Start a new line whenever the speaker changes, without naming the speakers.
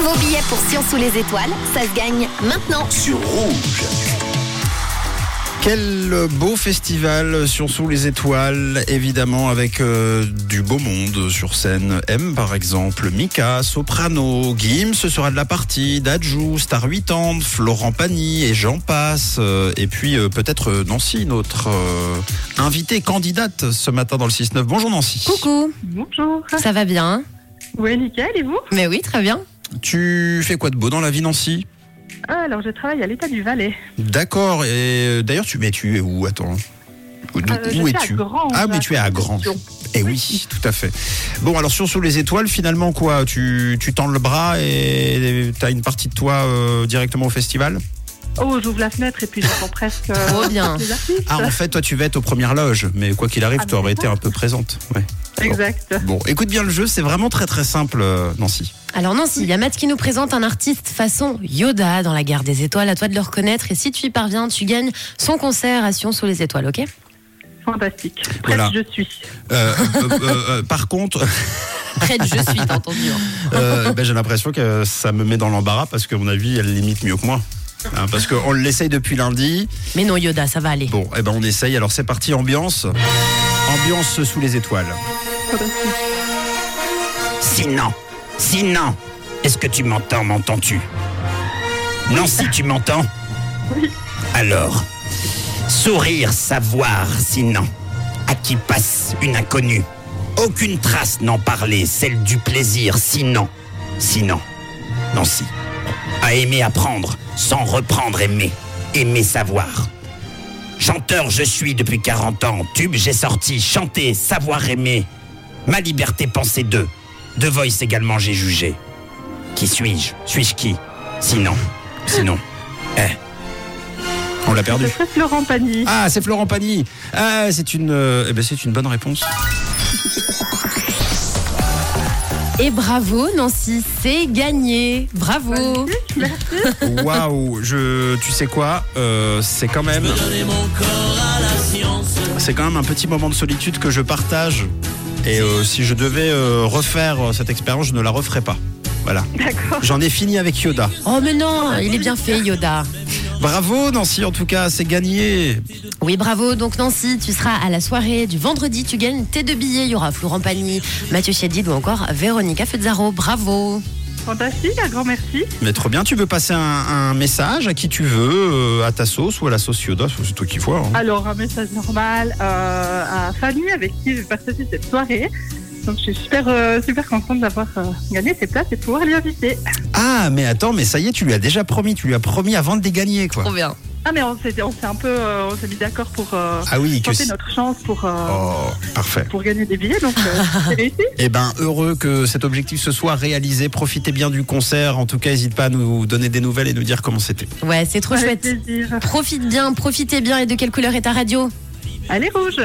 Vos billets pour Science sous les étoiles, ça se gagne maintenant.
sur Rouge.
Quel beau festival sur Sous les Étoiles, évidemment, avec euh, du beau monde sur scène. M, par exemple, Mika, Soprano, Gims sera de la partie, Dadju, Star 8 ans, Florent Pagny et j'en passe. Euh, et puis euh, peut-être euh, Nancy, notre euh, invitée candidate ce matin dans le 6-9. Bonjour Nancy.
Coucou,
Bonjour.
ça va bien hein
Oui, nickel. Et vous
Mais oui, très bien.
Tu fais quoi de beau dans la vie, Nancy
Ah, Alors, je travaille à l'État du Valais.
D'accord. Et euh, d'ailleurs, tu, mais tu es où Attends. Où,
Euh, je
où
suis à
es-tu
Granges,
Ah, mais
à
tu es à Grand.
Conception.
Eh oui, tout à fait. Bon, alors sur Sous les étoiles, finalement, quoi Tu, tu tends le bras et t'as une partie de toi euh, directement au festival
Oh, j'ouvre la fenêtre et puis j'entends presque euh,
Trop bien.
les artistes.
Ah, en fait, toi, tu vas être aux premières loges, mais quoi qu'il arrive,
Ah,
tu aurais
mais
été un peu présente. Ouais.
exact.
Bon, écoute bien le jeu, c'est vraiment très très simple, euh, Nancy.
Alors Nancy, il y a Matt qui nous présente un artiste façon Yoda dans la gare des étoiles, à toi de le reconnaître et si tu y parviens, tu gagnes son concert à Sion sous les étoiles, ok
Fantastique. Presque
Voilà.
je suis.
Euh, euh, euh, euh, par contre,
Prête, je suis, t'as entendu. hein.
Euh, ben, j'ai l'impression que ça me met dans l'embarras parce que à mon avis elle limite mieux que moi. Hein, parce qu'on l'essaye depuis lundi.
Mais non Yoda, ça va aller.
Bon, eh ben on essaye. Alors c'est parti, ambiance. Ambiance sous les étoiles.
Fantastique.
Sinan, Sinan, est-ce que tu m'entends, m'entends-tu Nancy, tu m'entends
Oui.
Alors, sourire, savoir, Sinan, à qui passe une inconnue. Aucune trace n'en parler, celle du plaisir, Sinan, Sinan, Nancy, à aimer apprendre, sans reprendre aimer, aimer savoir. Chanteur, je suis depuis 40 ans. Tube, j'ai sorti. Chanter, savoir aimer. Ma liberté, penser d'eux. De Voice également, j'ai jugé. Qui suis-je Suis-je qui Sinon. Sinon.
On l'a perdu.
C'est presque Florent Pagny.
Ah, c'est Florent Pagny. Ah, c'est une, euh, eh ben, c'est une bonne réponse.
Et bravo Nancy, c'est gagné.
Ah,
Bravo.
Waouh, je, tu sais quoi Euh, C'est quand même. C'est quand même un petit moment de solitude que je partage. Et euh, si je devais euh, refaire euh, cette expérience, je ne la referais pas. Voilà.
D'accord.
J'en ai fini avec Yoda.
Oh mais non, il est bien fait Yoda.
Bravo Nancy, en tout cas, c'est gagné.
Oui, bravo. Donc, Nancy, tu seras à la soirée du vendredi. Tu gagnes tes deux billets. Il y aura Florent Pagny, Mathieu Chiedid ou encore Véronica Fezzaro. Bravo.
Fantastique. Un grand merci.
Mais trop bien, tu veux passer un, un message à qui tu veux, euh, à ta sauce ou à la sauce Yoda, c'est toi qui vois. hein.
Alors, un message normal euh, à Fanny avec qui je vais partager cette soirée. Donc, je suis super, euh, super contente d'avoir euh, gagné ces places et de pouvoir les inviter.
Ah, mais attends, mais ça y est, tu lui as déjà promis, tu lui as promis avant de les gagner, quoi.
bien.
Ah, mais on s'est on s'est un peu euh, on s'est mis d'accord pour euh,
Ah oui, que
tenter
si-
notre chance pour, euh,
Oh, parfait.
pour gagner des billets. Donc, euh, c'est réussi.
Eh ben, heureux que cet objectif se soit réalisé. Profitez bien du concert. En tout cas, n'hésite pas à nous donner des nouvelles et nous dire comment c'était.
Ouais, c'est trop
Avec
chouette.
plaisir.
Profite bien, profitez bien. Et de quelle couleur est ta radio
Allez, rouge